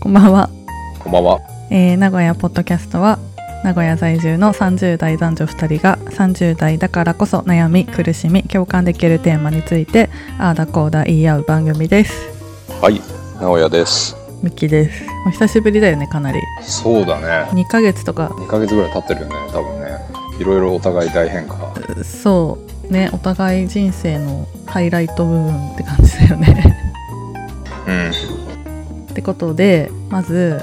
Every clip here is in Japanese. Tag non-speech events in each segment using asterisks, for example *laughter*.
こんばんは、こんばんは。えー名古屋ポッドキャストは名古屋在住の30代男女2人が30代だからこそ悩み苦しみ共感できるテーマについてああだこうだ言い合う番組ですはい、直哉です。ミキですお久しぶりだよねかなりそうだね。 2ヶ月とか2ヶ月ぐらい経ってるよね、多分ね。いろいろお互い大変化。そうねお互い人生のハイライト部分って感じだよねうん。ってことでまず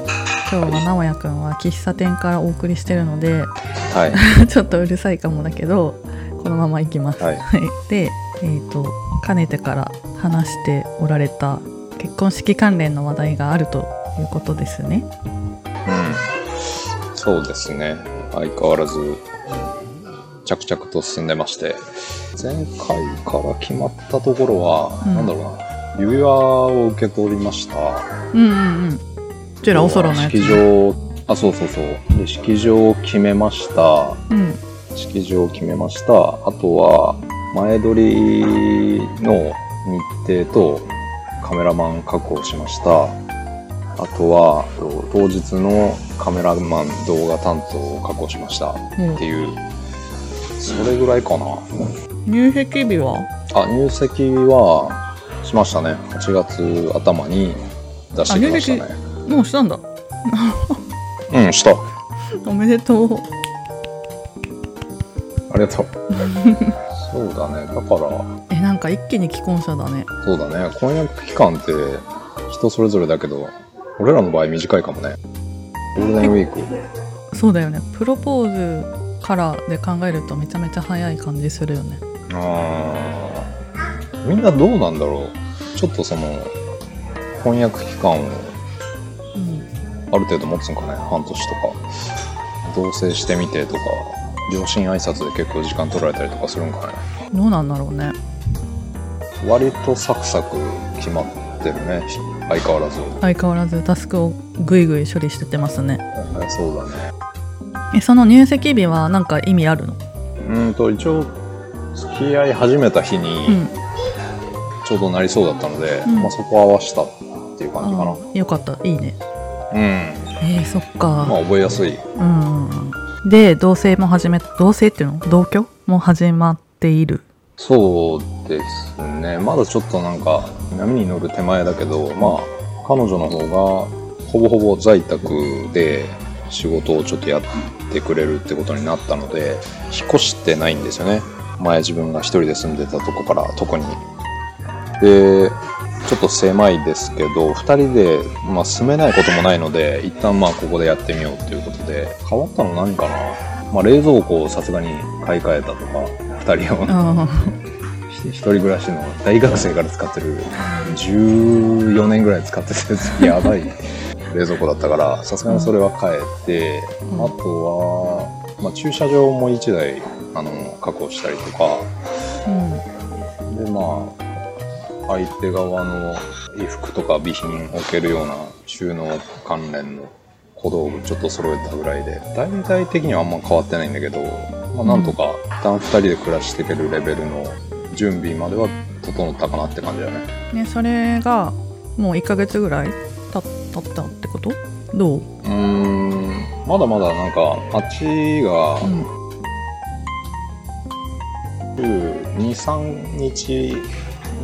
今日は直哉くんは喫茶店からお送りしてるのでは *laughs* い。ちょっとうるさいかもだけどこのまま行きます。はいで、えーとかねてから話しておられた結婚式関連の話題があるということですね。うん。そうですね。相変わらず、着々と進んでまして。前回から決まったところは、うんなんだろうな。指輪を受け取りました。うんうんうん。こちらおそろのやつ。式場、あ、そうそうそう。で、式場を決めました。うん式場を決めましたあとは前撮りの日程とカメラマン確保しましたあとはと当日のカメラマン動画担当を確保しましたっもていうそれぐらいかなう入籍日はあ入籍はしましたね8月頭に出してきましたねもうしたんだ。うんしたおめでとう。ありがとうそうだねだからえなんか一気に既婚者だね。そうだね婚約期間って人それぞれだけど俺らの場合短いかもねゴールデンウィークそうだよね。プロポーズからで考えるとめちゃめちゃ早い感じするよね。あーみんなどうなんだろうちょっとその婚約期間をうん。ある程度持つんかね半年とか同棲してみてとか両親挨拶で結構時間取られたりとかするんかねどうなんだろうね。割とサクサク決まってるね相変わらず、相変わらずタスクをぐいぐい処理してってますね。うんそうだねえその入籍日はなんか意味あるのうんと一応付き合い始めた日に、うんちょうどなりそうだったので、うんまあ、そこを合わしたっていう感じかなあよかったいいねうんえー、そっまかあ覚えやすいうんうんうんで同棲も始め同棲っていうの同居も始まっているそうですねまだちょっとなんか波に乗る手前だけどまあ彼女の方がほぼほぼ在宅で仕事をちょっとやってくれるってことになったので引っ越してないんですよね前自分が一人で住んでたとこから特にでちょっと狭いですけど2人で、まあ、住めないこともないので一旦まあここでやってみようということで変わったの何かな、まあ、冷蔵庫をさすがに買い替えたとか2人用のあ一人暮らしの大学生から使ってる14年ぐらい使っ *laughs* ててやばい冷蔵庫だったからさすがにそれは変えて、うんあとは、まあ、駐車場も1台あの確保したりとかあうんでまあ相手側の衣服とか備品置けるような収納関連の小道具ちょっと揃えたぐらいで大体的にはあんま変わってないんだけど、まあ、なんとか一旦2人で暮らしていけるレベルの準備までは整ったかなって感じだねねそれがもう1ヶ月ぐらいた経ったってことどう、うーんまだまだなんかあっちがうん、 23日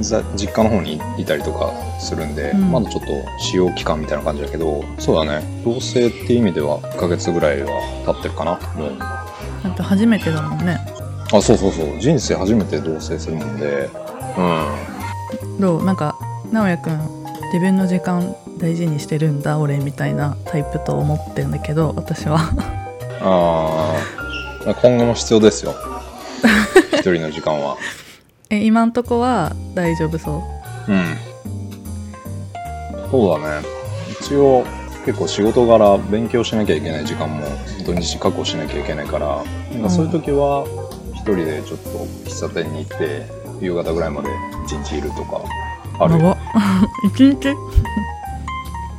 ざ実家の方にいたりとかするんで、うんまだちょっと使用期間みたいな感じだけどそうだね同棲っていう意味では1ヶ月ぐらいは経ってるかなもうあだって初めてだもんねそうそうそう人生初めて同棲するもんでうんどうなんか直哉くん自分の時間大事にしてるんだ俺みたいなタイプと思ってんだけど私は *laughs* あー今後も必 *laughs* 要ですよ一人の時間はえ今んとこは大丈夫そううんそうだね一応結構仕事柄勉強しなきゃいけない時間も土日確保しなきゃいけないから、なんかそういう時は一人でちょっと喫茶店に行って夕方ぐらいまで一日いるとかある長っ *laughs* 一日う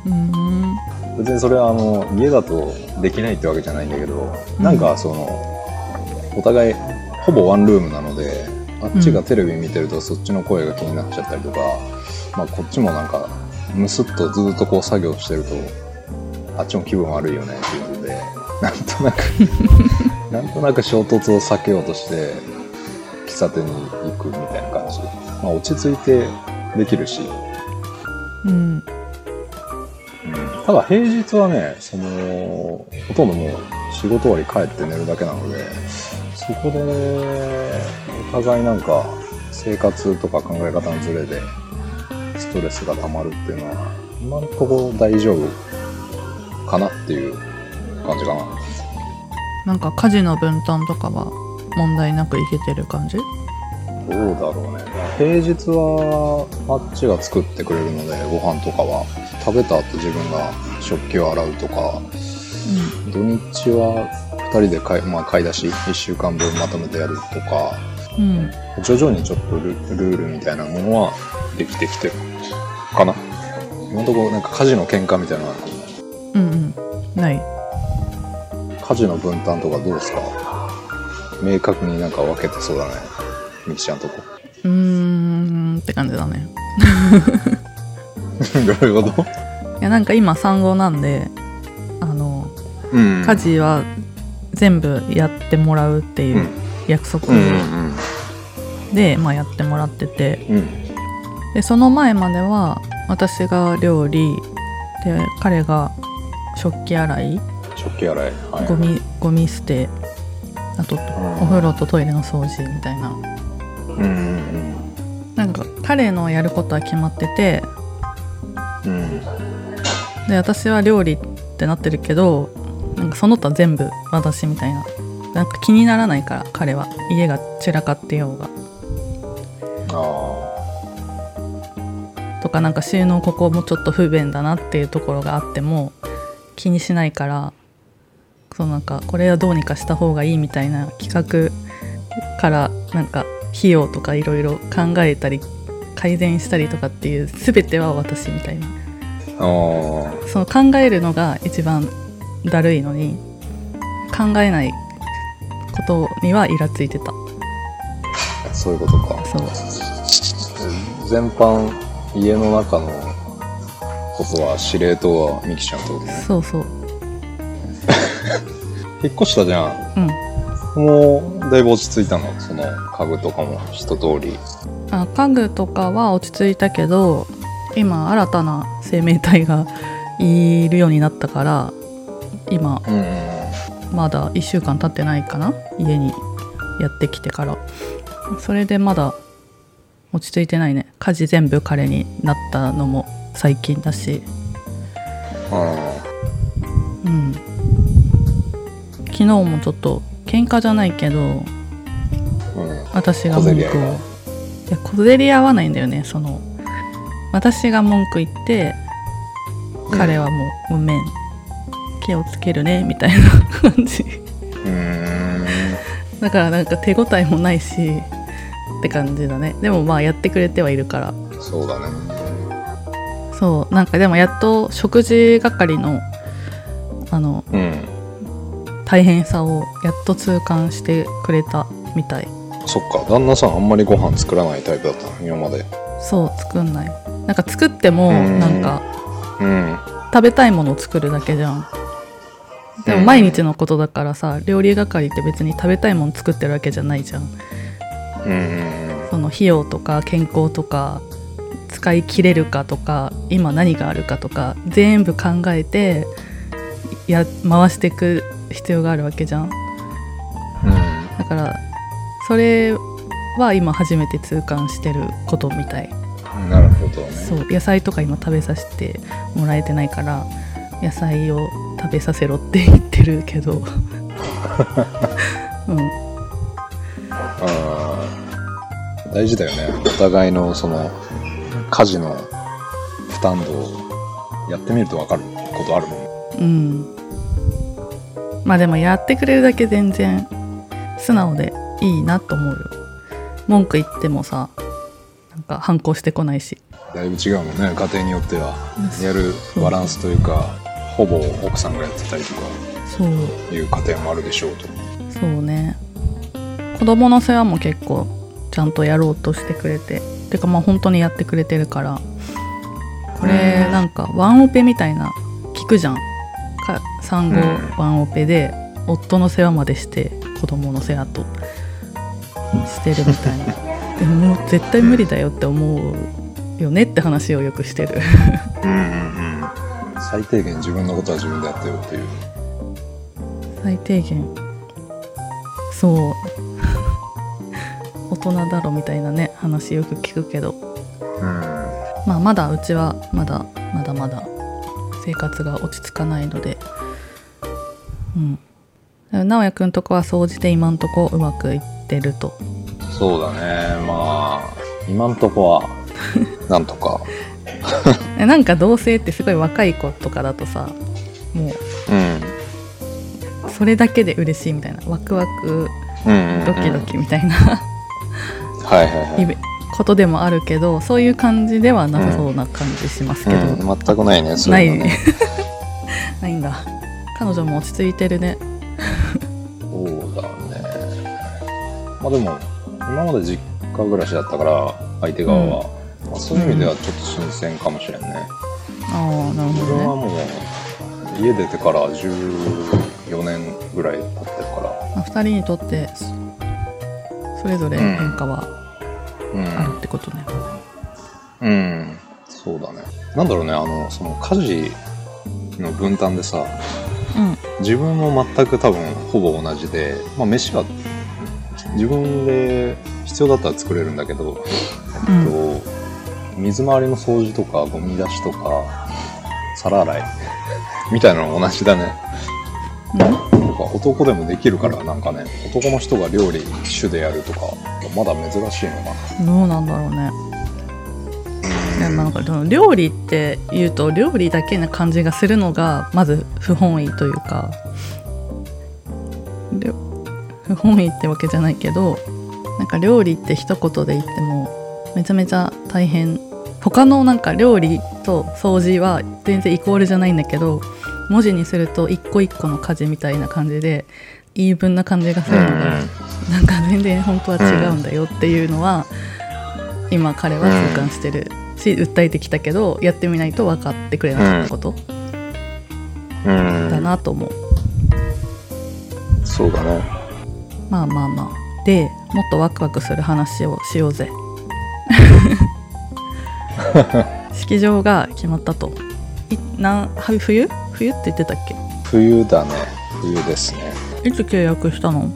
ーん別にそれはあの家だとできないってわけじゃないんだけど、うんなんかそのお互いほぼワンルームなのであっちがテレビ見てるとそっちの声が気になっちゃったりとか、まあ、こっちもなんかむすっとずっとこう作業してるとあっちも気分悪いよねっていうのでなんとなく *laughs* なんとなく衝突を避けようとして喫茶店に行くみたいな感じ、まあ、落ち着いてできるし、うんうん、ただ平日はねそのほとんどもう仕事終わり帰って寝るだけなのでそこでお互いなんか生活とか考え方のズレでストレスが溜まるっていうのは今のところ大丈夫かなっていう感じかな。なんか家事の分担とかは問題なくいけてる感じどうだろうね平日はあっちが作ってくれるのでご飯とかは食べた後自分が食器を洗うとか土日は2人で買い,、まあ、買い出し1週間分まとめてやるとかうん、うん、徐々にちょっとルルールみたいなものはできてきてるかな今のところなんか家事の喧嘩みたいなのはうんうんない家事の分担とかどうですか明確になんか分けてそうだねみきちゃんとこ *laughs* うーんって感じだねどういうこといやなんか今産後なんであのうん家事は全部やってもらうっていう約束うんうんで、まあ、やってもらっててうんうんでその前までは私が料理で彼が食器洗い食器洗い、はい、ゴミゴミ捨てあとお風呂とトイレの掃除みたいなうんうんなんか彼のやることは決まっててうんうんで私は料理ってなってるけどなんかその他全部私みたいななんか気にならないから彼は家が散らかってようがあとかなんか収納ここもちょっと不便だなっていうところがあっても気にしないからそうなんかこれはどうにかした方がいいみたいな企画からなんか費用とかいろいろ考えたり改善したりとかっていう全ては私みたいなーあその考えるのが一番だるいのに考えないことにはイラついてたーそういうことかそう全般家の中のことは司令塔はミキちゃんってことねそうそう引っ越したじゃんうんもうだいぶ落ち着いたのその家具とかも一通りあ家具とかは落ち着いたけど今新たな生命体がいるようになったから今うんうんまだ1週間経ってないかな家にやってきてからそれでまだ落ち着いてないね家事全部彼になったのも最近だしあうん昨日もちょっと喧嘩じゃないけどーうん私が文句小競り合をいいや小競り合わないんだよねその私が文句言って彼はもう「ごめん気をつけるね」みたいな感じうーんだからなんか手応えもないしって感じだねでもまあやってくれてはいるからそうだねそうなんかでもやっと食事係のあのうん大変さをやっと痛感してくれたみたいそっか旦那さんあんまりご飯作らないタイプだったの今までそう作んないなんか作ってもうんなんかうん食べたいものを作るだけじゃんでもうん毎日のことだからさ料理係って別に食べたいもの作ってるわけじゃないじゃんうんうんその費用とか健康とか使い切れるかとか今何があるかとか全部考えてや回していく必要があるわけじゃんうんうんだからそれは今初めて痛感してることみたいなるほどねそう野菜とか今食べさせてもらえてないから野菜を食べさせろって言ってるけ *laughs* どうんうん大事だよねお互いのその家事の負担度をやってみると分かることあるもうんんまあでもやってくれるだけ全然素直でいいなと思うよ文句言ってもさなんか反抗してこないしだいぶ違うもんね家庭によってはそうやるバランスというかほぼ奥さんがやってたりとかそういう家庭もあるでしょうとそうね子供の世話も結構ちゃんとやろうとしてくれててかまあ本当にやってくれてるからこれなんかワンオペみたいな聞くじゃんか産後ワンオペで夫の世話までして子供の世話としてるみたいなでももう絶対無理だよって思うよねって話をよくしてるうんうんうん最低限自分のことは自分でやってよっていう最低限そう *laughs* 大人だろみたいなね話よく聞くけどうんまあまだうちはまだまだまだ生活が落ち着かないのでうん直哉くんとこは掃除で今んとこうまくいってるとそうだねまあ今んとこは *laughs* なんとかえなんか同性ってすごい若い子とかだとさもうんうそれだけで嬉しいみたいなワクワクうんうん、うん、ドキドキみたいな、はいはいはいイベことでもあるけどそういう感じではなさそうな感じしますけど、うん、全くないねそうないうい *laughs* のねないんだ彼女も落ち着いてるねそうだねまあでも今まで実家暮らしだったから相手側は、まあ、そういう意味ではちょっと新鮮かもしれんね、ああなる自ほ分はどねもう家出てから14年ぐらい経ってるかまあ二人にとってそそれぞれ変化はあらるってことね、うん、うん、そうだねなんだろうねあのその家事の分担でさうん自分も全く多分ほぼ同じで、まあ、飯は自分で必要だったら作れるんだけど、うんと水回りの掃除とかゴミ出しとか皿洗い *laughs* みたいなの同じだねうんなんか男でもできるからなんかね男の人が料理主でやるとかまだ珍しいのかなどうなんだろうねいやなんかその料理って言うと料理だけな感じがするのがまず不本意というかりょ不本意ってわけじゃないけどなんか料理って一言で言ってもめちゃめちゃ大変他のなんか料理と掃除は全然イコールじゃないんだけど文字にすると一個一個の家事みたいな感じで言い分な感じがするのがなんか全然本当は違うんだよっていうのは、今彼は痛感してるし、訴えてきたけどやってみないと分かってくれなかったことうんだなと思う、そうだねまあまあまあでもっとワクワクする話をしよ *laughs* うぜ式場が決まったといなんは冬冬って言ってたっけ冬だね冬ですねいつ契約したの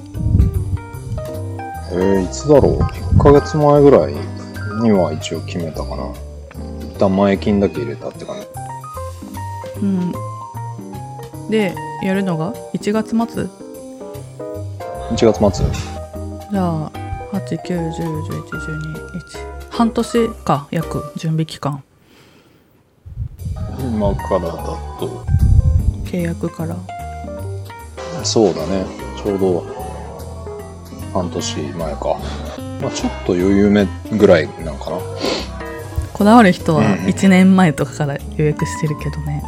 えーいつだろう1ヶ月前ぐらいには一応決めたかな一旦前金だけ入れたって感じうんでやるのが1月末1月末じゃあ891011121半年か約準備期間今からだと契約からそうだねちょうど半年前か、まあ、ちょっと余裕めぐらいなんかなこだわる人はうんうん1年前とかから予約してるけどね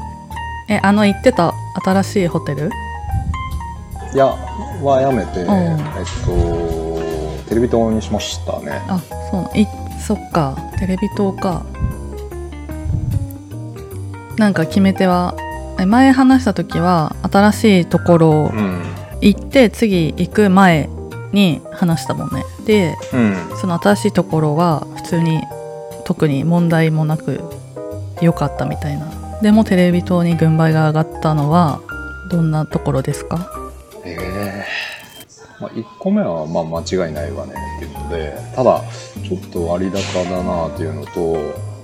えあの行ってた新しいホテルいやはやめて、んえっとテレビ塔にしましたねあそういそっかテレビ塔かなんか決め手はえ前話した時は新しいところうん行って次行く前に話したもんねでうんその新しいところは普通に特に問題もなく良かったみたいなでもテレビ塔に軍配が上がったのはどんなところですかええまあ、1個目はまあ間違いないわねっていうのでただちょっと割高だなっていうのと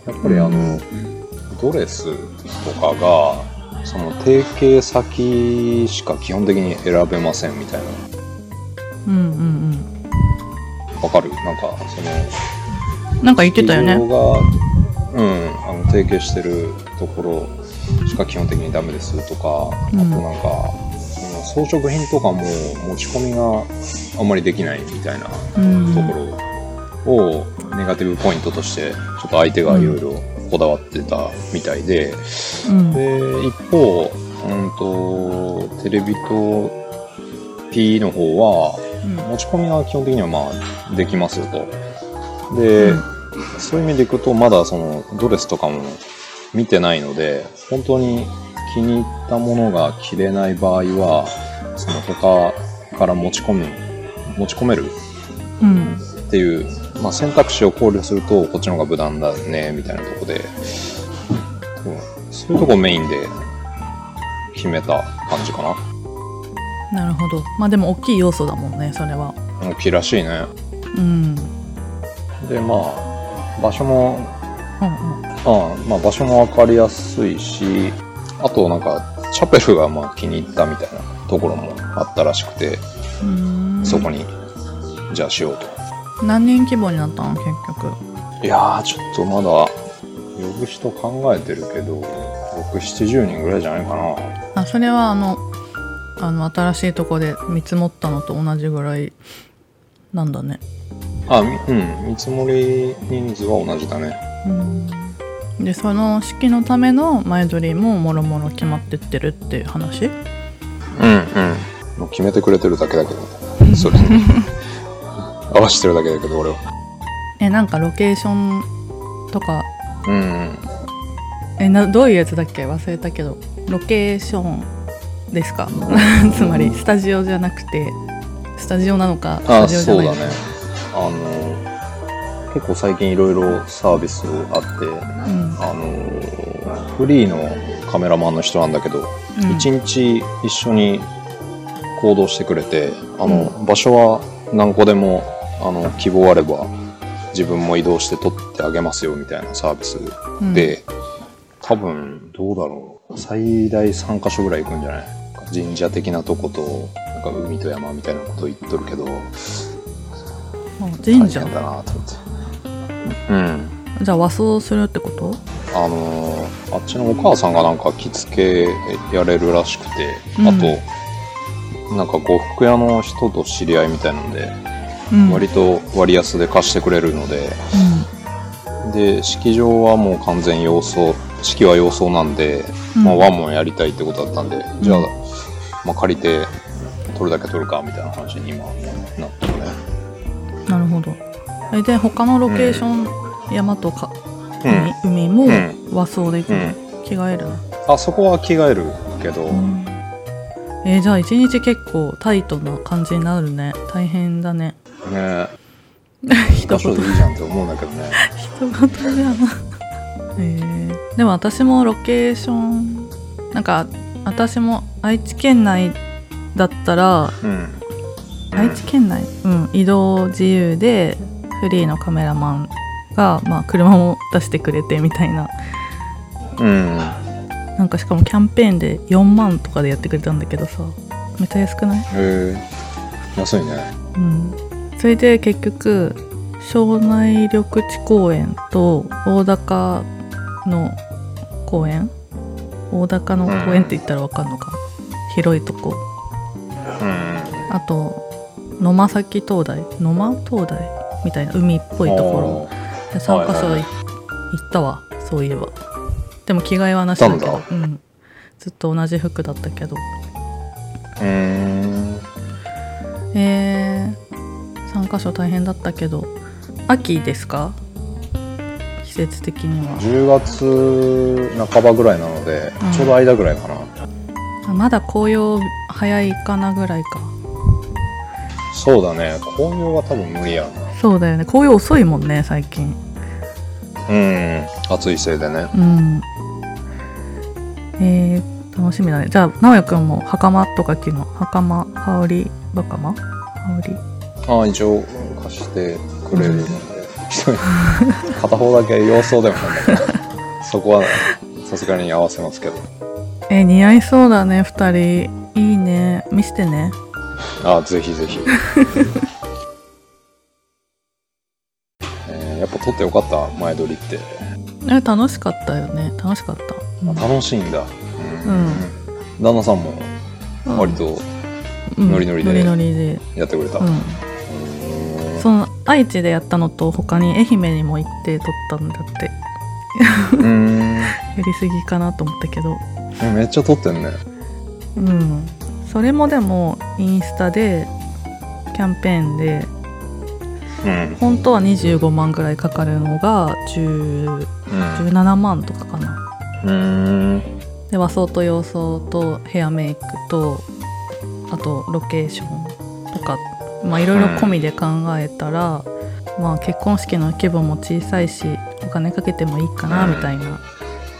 やっぱりあの、うんドレスとかがその提携先しか基本的に選べませんみたいなうんうんわかるなんかそのうんなんか言ってたよね企業が、うん、あの提携してるところしか基本的にダメですとか、うんあとなんかその装飾品とかも持ち込みがあんまりできないみたいなうとんころをネガティブポイントとしてちょっと相手がいろいろこだわってたみたいで、うんで一方、うん、とテレビと P の方は持ち込みは基本的にはまあできますよと。で、うんそういう意味でいくとまだそのドレスとかも見てないので本当に気に入ったものが着れない場合はその他から持ち込む持ち込めるうんっていう、まあ、選択肢を考慮するとこっちの方が無難だねみたいなとこで多分そういうとこメインで決めた感じかななるほどまあでも大きい要素だもんねそれは大きいらしいねうんでまあ場所もうんうんああまあ場所も分かりやすいしあとなんかチャペルがまあ気に入ったみたいなところもあったらしくてうーんそこにじゃあしようと何人規模になったの結局いやーちょっとまだ呼ぶ人考えてるけど670人ぐらいじゃないかなあそれはあのあの新しいとこで見積もったのと同じぐらいなんだねあ、みうん、見積もり人数は同じだね。うんでその式のための前撮りももろもろ決まってってるっていう話うんうん。もう決めてくれてるだけだけど、 *laughs* それに合わせてるだけだけど、俺は。えなんかロケーションとかうんうん。えなどういうやつだっけ忘れたけどロケーションですか *laughs* つまりスタジオじゃなくてスタジオなのかスあタあ、ジオじゃそうないだね。あの、結構最近いろいろサービスあって、うんあの、フリーのカメラマンの人なんだけど、うん一日一緒に行動してくれてあの、場所は何個でもあの希望あれば自分も移動して撮ってあげますよみたいなサービスで、多分どうだろう最大3箇所ぐらい行くんじゃない神社的なとことなんか海と山みたいなこと言っとるけどあ神社大変だなと思ってうんじゃあ和装するってことあのーあっちのお母さんがなんか着付けやれるらしくて、うんあとなんか呉服屋の人と知り合いみたいなんで、うん割と割安で貸してくれるのでで式場はもう完全様相式は様相なんで、うんまあ、ワンモンやりたいってことだったんで、じゃあ、まあ、借りて取るだけ取るかみたいな話に今なったねうんなるほどえで他のロケーション、山とかうん海,、もうん和装で行くの、着替えるの、あそこは着替えるけど、うんえーじゃあ一日結構タイトな感じになるね大変だ *laughs* ねね一 *laughs* 一箇所言でいいじゃんって思うんだけどね人事じゃなえーでも私もロケーションなんか私も愛知県内だったら、うん愛知県内、うん、移動自由でフリーのカメラマンが、まあ、車も出してくれてみたいなうんなんかしかもキャンペーンで4万とかでやってくれたんだけどさめっちゃ安くないへえ安いねうん、それで結局庄内緑地公園と大高の公園大高の公園って言ったらわかんのかな、広いとこうんあと野間崎灯台野間灯台みたいな海っぽいところで3箇所はいはいはいい行ったわそういえばでも着替えはなしだけ行どっうん、ずっと同じ服だったけどろうんえー、3箇所大変だったけど秋ですか季節的には10月半ばぐらいなので、うんちょうど間ぐらいかなあまだ紅葉早いかなぐらいかそうだね紅葉は多分無理やなそうだよね紅葉遅いもんね最近うん暑いせいでねうんえー、楽しみだねじゃあ直哉くんも袴とか着るの袴羽織バカマ羽織ああ一応貸してくれるので、一人片方だけ様相でもなんだからそこはさすがに合わせますけどえー似合いそうだね2人いいね見せてねあぜひぜひ *laughs* えーやっぱ撮ってよかった前撮りってえ楽しかったよね楽しかった、うん楽しいんだ、うん旦那さんも割とうんノリノリでノリノリでやってくれた、うんうんその愛知でやったのと他に愛媛にも行って撮ったんだってうんやりすぎかなと思ったけどめっちゃ撮ってんねうんそれもでもインスタでキャンペーンでうん本当は25万ぐらいかかるのが10 17万とかかなうんで和装と洋装とヘアメイクとあとロケーションとかまあいろいろ込みで考えたら、まあ結婚式の規模も小さいしお金かけてもいいかなみたいな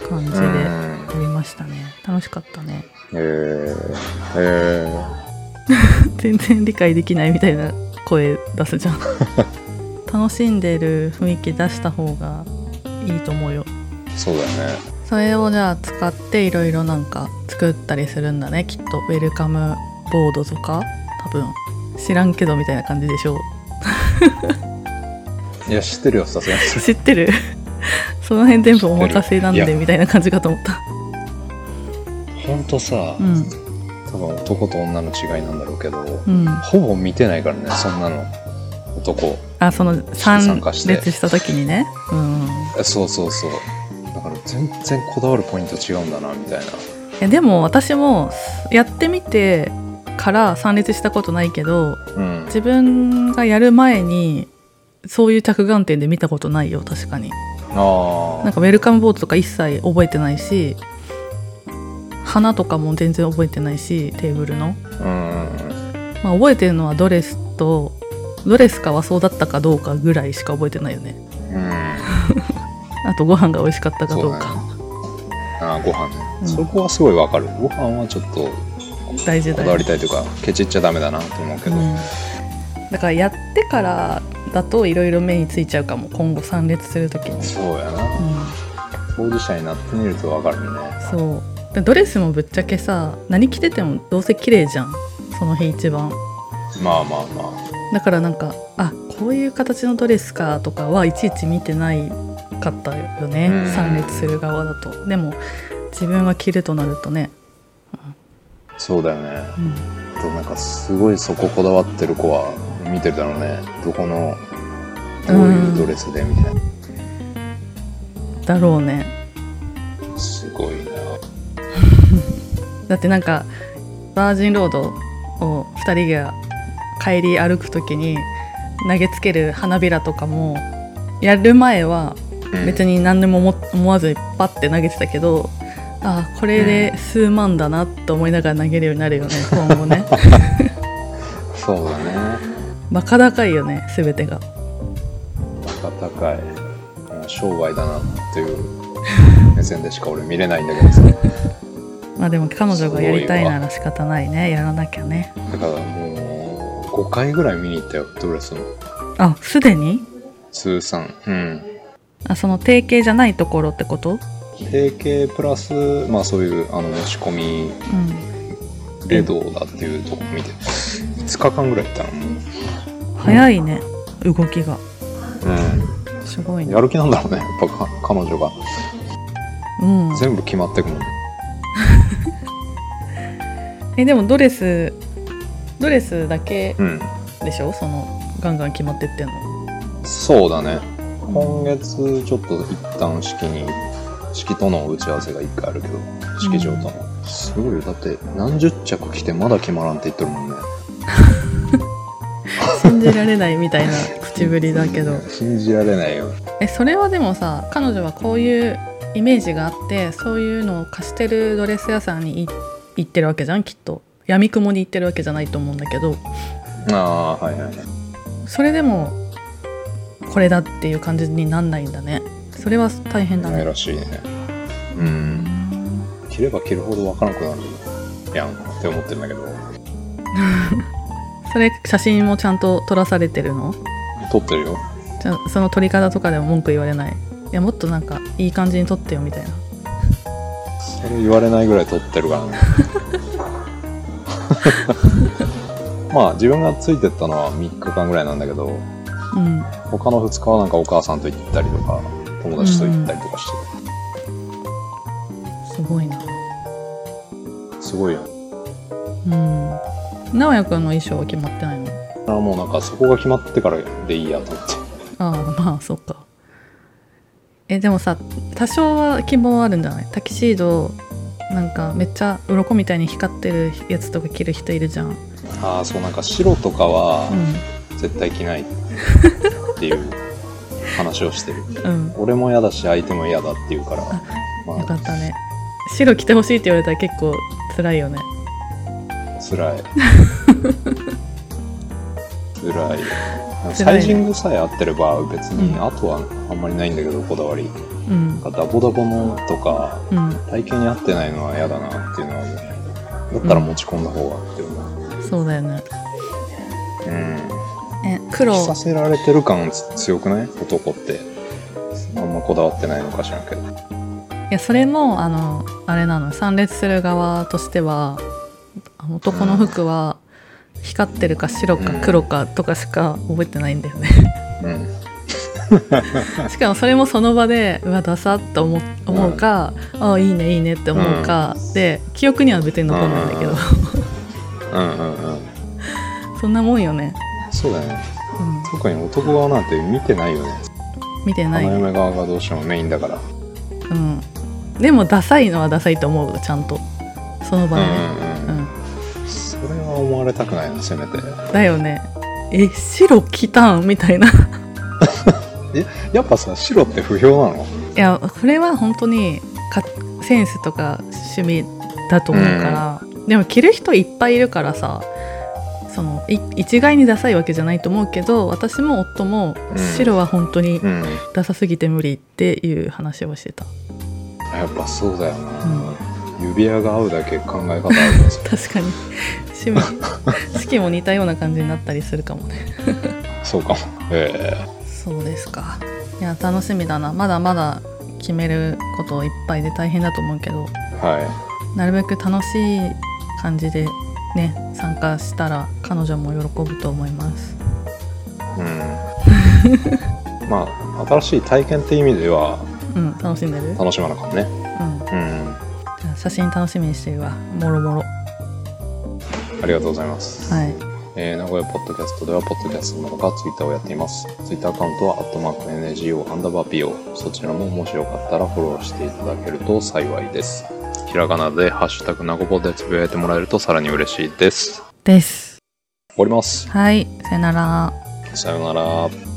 感じでやんりましたね楽しかったねへえへえ *laughs* 全然理解できないみたいな声出すじゃん *laughs* 楽しんでる雰囲気出した方がいいと思うよそうだよねそれをじゃあ使っていろいろなんか作ったりするんだねきっとウェルカムボードとか多分知らんけどみたいな感じでしょういや知ってるよさすがに知ってる *laughs* その辺全部お任せなん知ってでるみたいな感じかと思った *laughs* ほんとさ、うん多分男と女の違いなんだろうけど、うんほぼ見てないからねそんなの男あその参参加して列した時にねうんえそうそうそうだから全然こだわるポイント違うんだなみたいないやでも私もやってみてから参列したことないけどうん自分がやる前にそういう着眼点で見たことないよ確かにあなんかウェルカムボートとか一切覚えてないし花とかも全然覚えてないしテーブルの、あうんまあ、覚えてるのはドレスとドレスか和装だったかどうかぐらいしか覚えてないよねうんうんあとご飯が美味しかったかどうそうだかあーご飯ね、うんそこはすごいわかるご飯はちょっと大事こだだわよりね、たいというかケチっちゃダメだなと思うけうど、ん、だからやってからだといろいろ目についちゃうかも今後参列する時に、そうやなうん、当事者になってみるとわかるねそうでドレスもぶっちゃけさ何着ててもどうせ綺麗じゃんその日一番まあまあまだからなんかあこういう形のドレスかとかはいちいち見てないかったよねうん参列する側だとでも自分が着るとなるとね、あそうだよねうん、あとなんかすごいそここだわってる子は見てるだろうねどこのどういうドレスでみたいな、だろうねすごいなだってなんかバージンロードを2人が帰り歩く時に投げつける花びらとかもやる前は別にに何でも思思わずにパッて投げてたけどあこれで数万だなと思いながら投げるようになるよね今後ねそうだねバカ高いよね全てが高高いもう商売だなっていう *laughs* 目線でしか俺見れないんだけどさまあでも彼女がやりたいなら仕方ないねやらなきゃねだからもう5回ぐらい見に行ったよドレスのあすでに通算うんあその定型じゃないところってこと定型プラスまあそういうあの仕込みうんレドだっていうとこ見て5日間ぐらい行ったのも早いね動きがう、すごいうん、ねやる気なんだろうねやっぱか彼女がうん全部決まってくもんえでもドレスドレスだけうんでしょそのガンガン決まってってんのそうだね今月ちょっと一旦式に式との打ち合わせが1回あるけど式場との、すごいよだって何十着着てまだ決まらんって言ってるもんね *laughs* 信じられないみたいな口ぶりだけど信じられないよえそれはでもさ彼女はこういうイメージがあってそういうのを貸してるドレス屋さんにい行ってるわけじゃんきっとやみくもに行ってるわけじゃないと思うんだけどああーはいはいはいそれでもこれだっていう感じになんないんだねそれは大変だないねらしいねうん着れば着るほどわからなくなるやんって思ってるんだけどそれ写真もちゃんと撮らされてるの撮ってるよじゃあその撮り方とかでも文句言われないいやもっとなんかいい感じに撮ってよみたいなそれ言われないぐらい撮ってる *laughs* からねまあ自分がついてったのは3日間ぐらいなんだけどうん他の2日はなんかお母さんと行ったりとか友達と行ったりとかしてすごいなる、すごいよねうん直哉くんの衣装は決まってないのだからもうなんかそこが決まってからでいいやと思ってああまあそっかえでもさ多少は希望はあるんじゃないタキシードなんかめっちゃ鱗みたいに光ってるやつとか着る人いるじゃん、うん、ああそうなんか白とかは絶対着ないっていう話をしてるうん *laughs* 俺も嫌だし相手も嫌だって言うからまよかあったね白着てほしいって言われたら結構辛いよね辛い *laughs* 辛いサイジングさえ合ってれば別に、うんあとはあんまりないんだけどこだわりうんなんかダボダボのとかうん体型に合ってないのは嫌だなっていうのは思うだったら持ち込んだ方がって思うそうだよねうんえ黒着させられてる感つ強くない男ってあんまこだわってないのかしらんけどいやそれもあのあれなの参列する側としてはあの男の服は光ってるか白かうん黒かとかしか覚えてないんだよね、うんしかもそれもその場でうわダサって思う思うか、ああいいねいいねって思うか、で記憶には別に残らないんだけど、ううんうんうん *laughs* そんなもんよね、そうだよねうん、特に男側なんて見てないよね見てな花い、嫁側がどうしてもメインだからうん、でもダサいのはダサいと思うちゃんとその場うでんね、うんううんん、それは思われたくないなせめてだよねえ白着たんみたいなやっぱさ白って不評なのいやこれは本当にかセンスとか趣味だと思うから、でも着る人いっぱいいるからさそのい一概にダサいわけじゃないと思うけど私も夫もうん白は本当にうんダサすぎて無理っていう話をしてた、やっぱそうだよな、うん指輪が合うだけ考え方あるんですよ確かに趣 *laughs* 味式も似たような感じになったりするかもねそうかもえそうですかいや楽しみだなまだまだ決めることいっぱいで大変だと思うけどえはなるべく楽しい感じでね参加したら彼女も喜ぶと思いますいうんまあ新しい体験って意味ではうん楽しんでる、うん、じ楽しまなかったねうんゃあ写真楽しみにしてるわもろもろありがとうございます、はいえー名古屋ポッドキャストでは、ポッドキャストのほか、ツイッターをやっています。ツイッターアカウントは、アットマーク NGO アンダーバー PO。そちらも、もしよかったらフォローしていただけると幸いです。ひらがなで、ハッシュタグ、名古ポでつぶやいてもらえるとさらに嬉しいです。です終わります。はいさよならさようなら。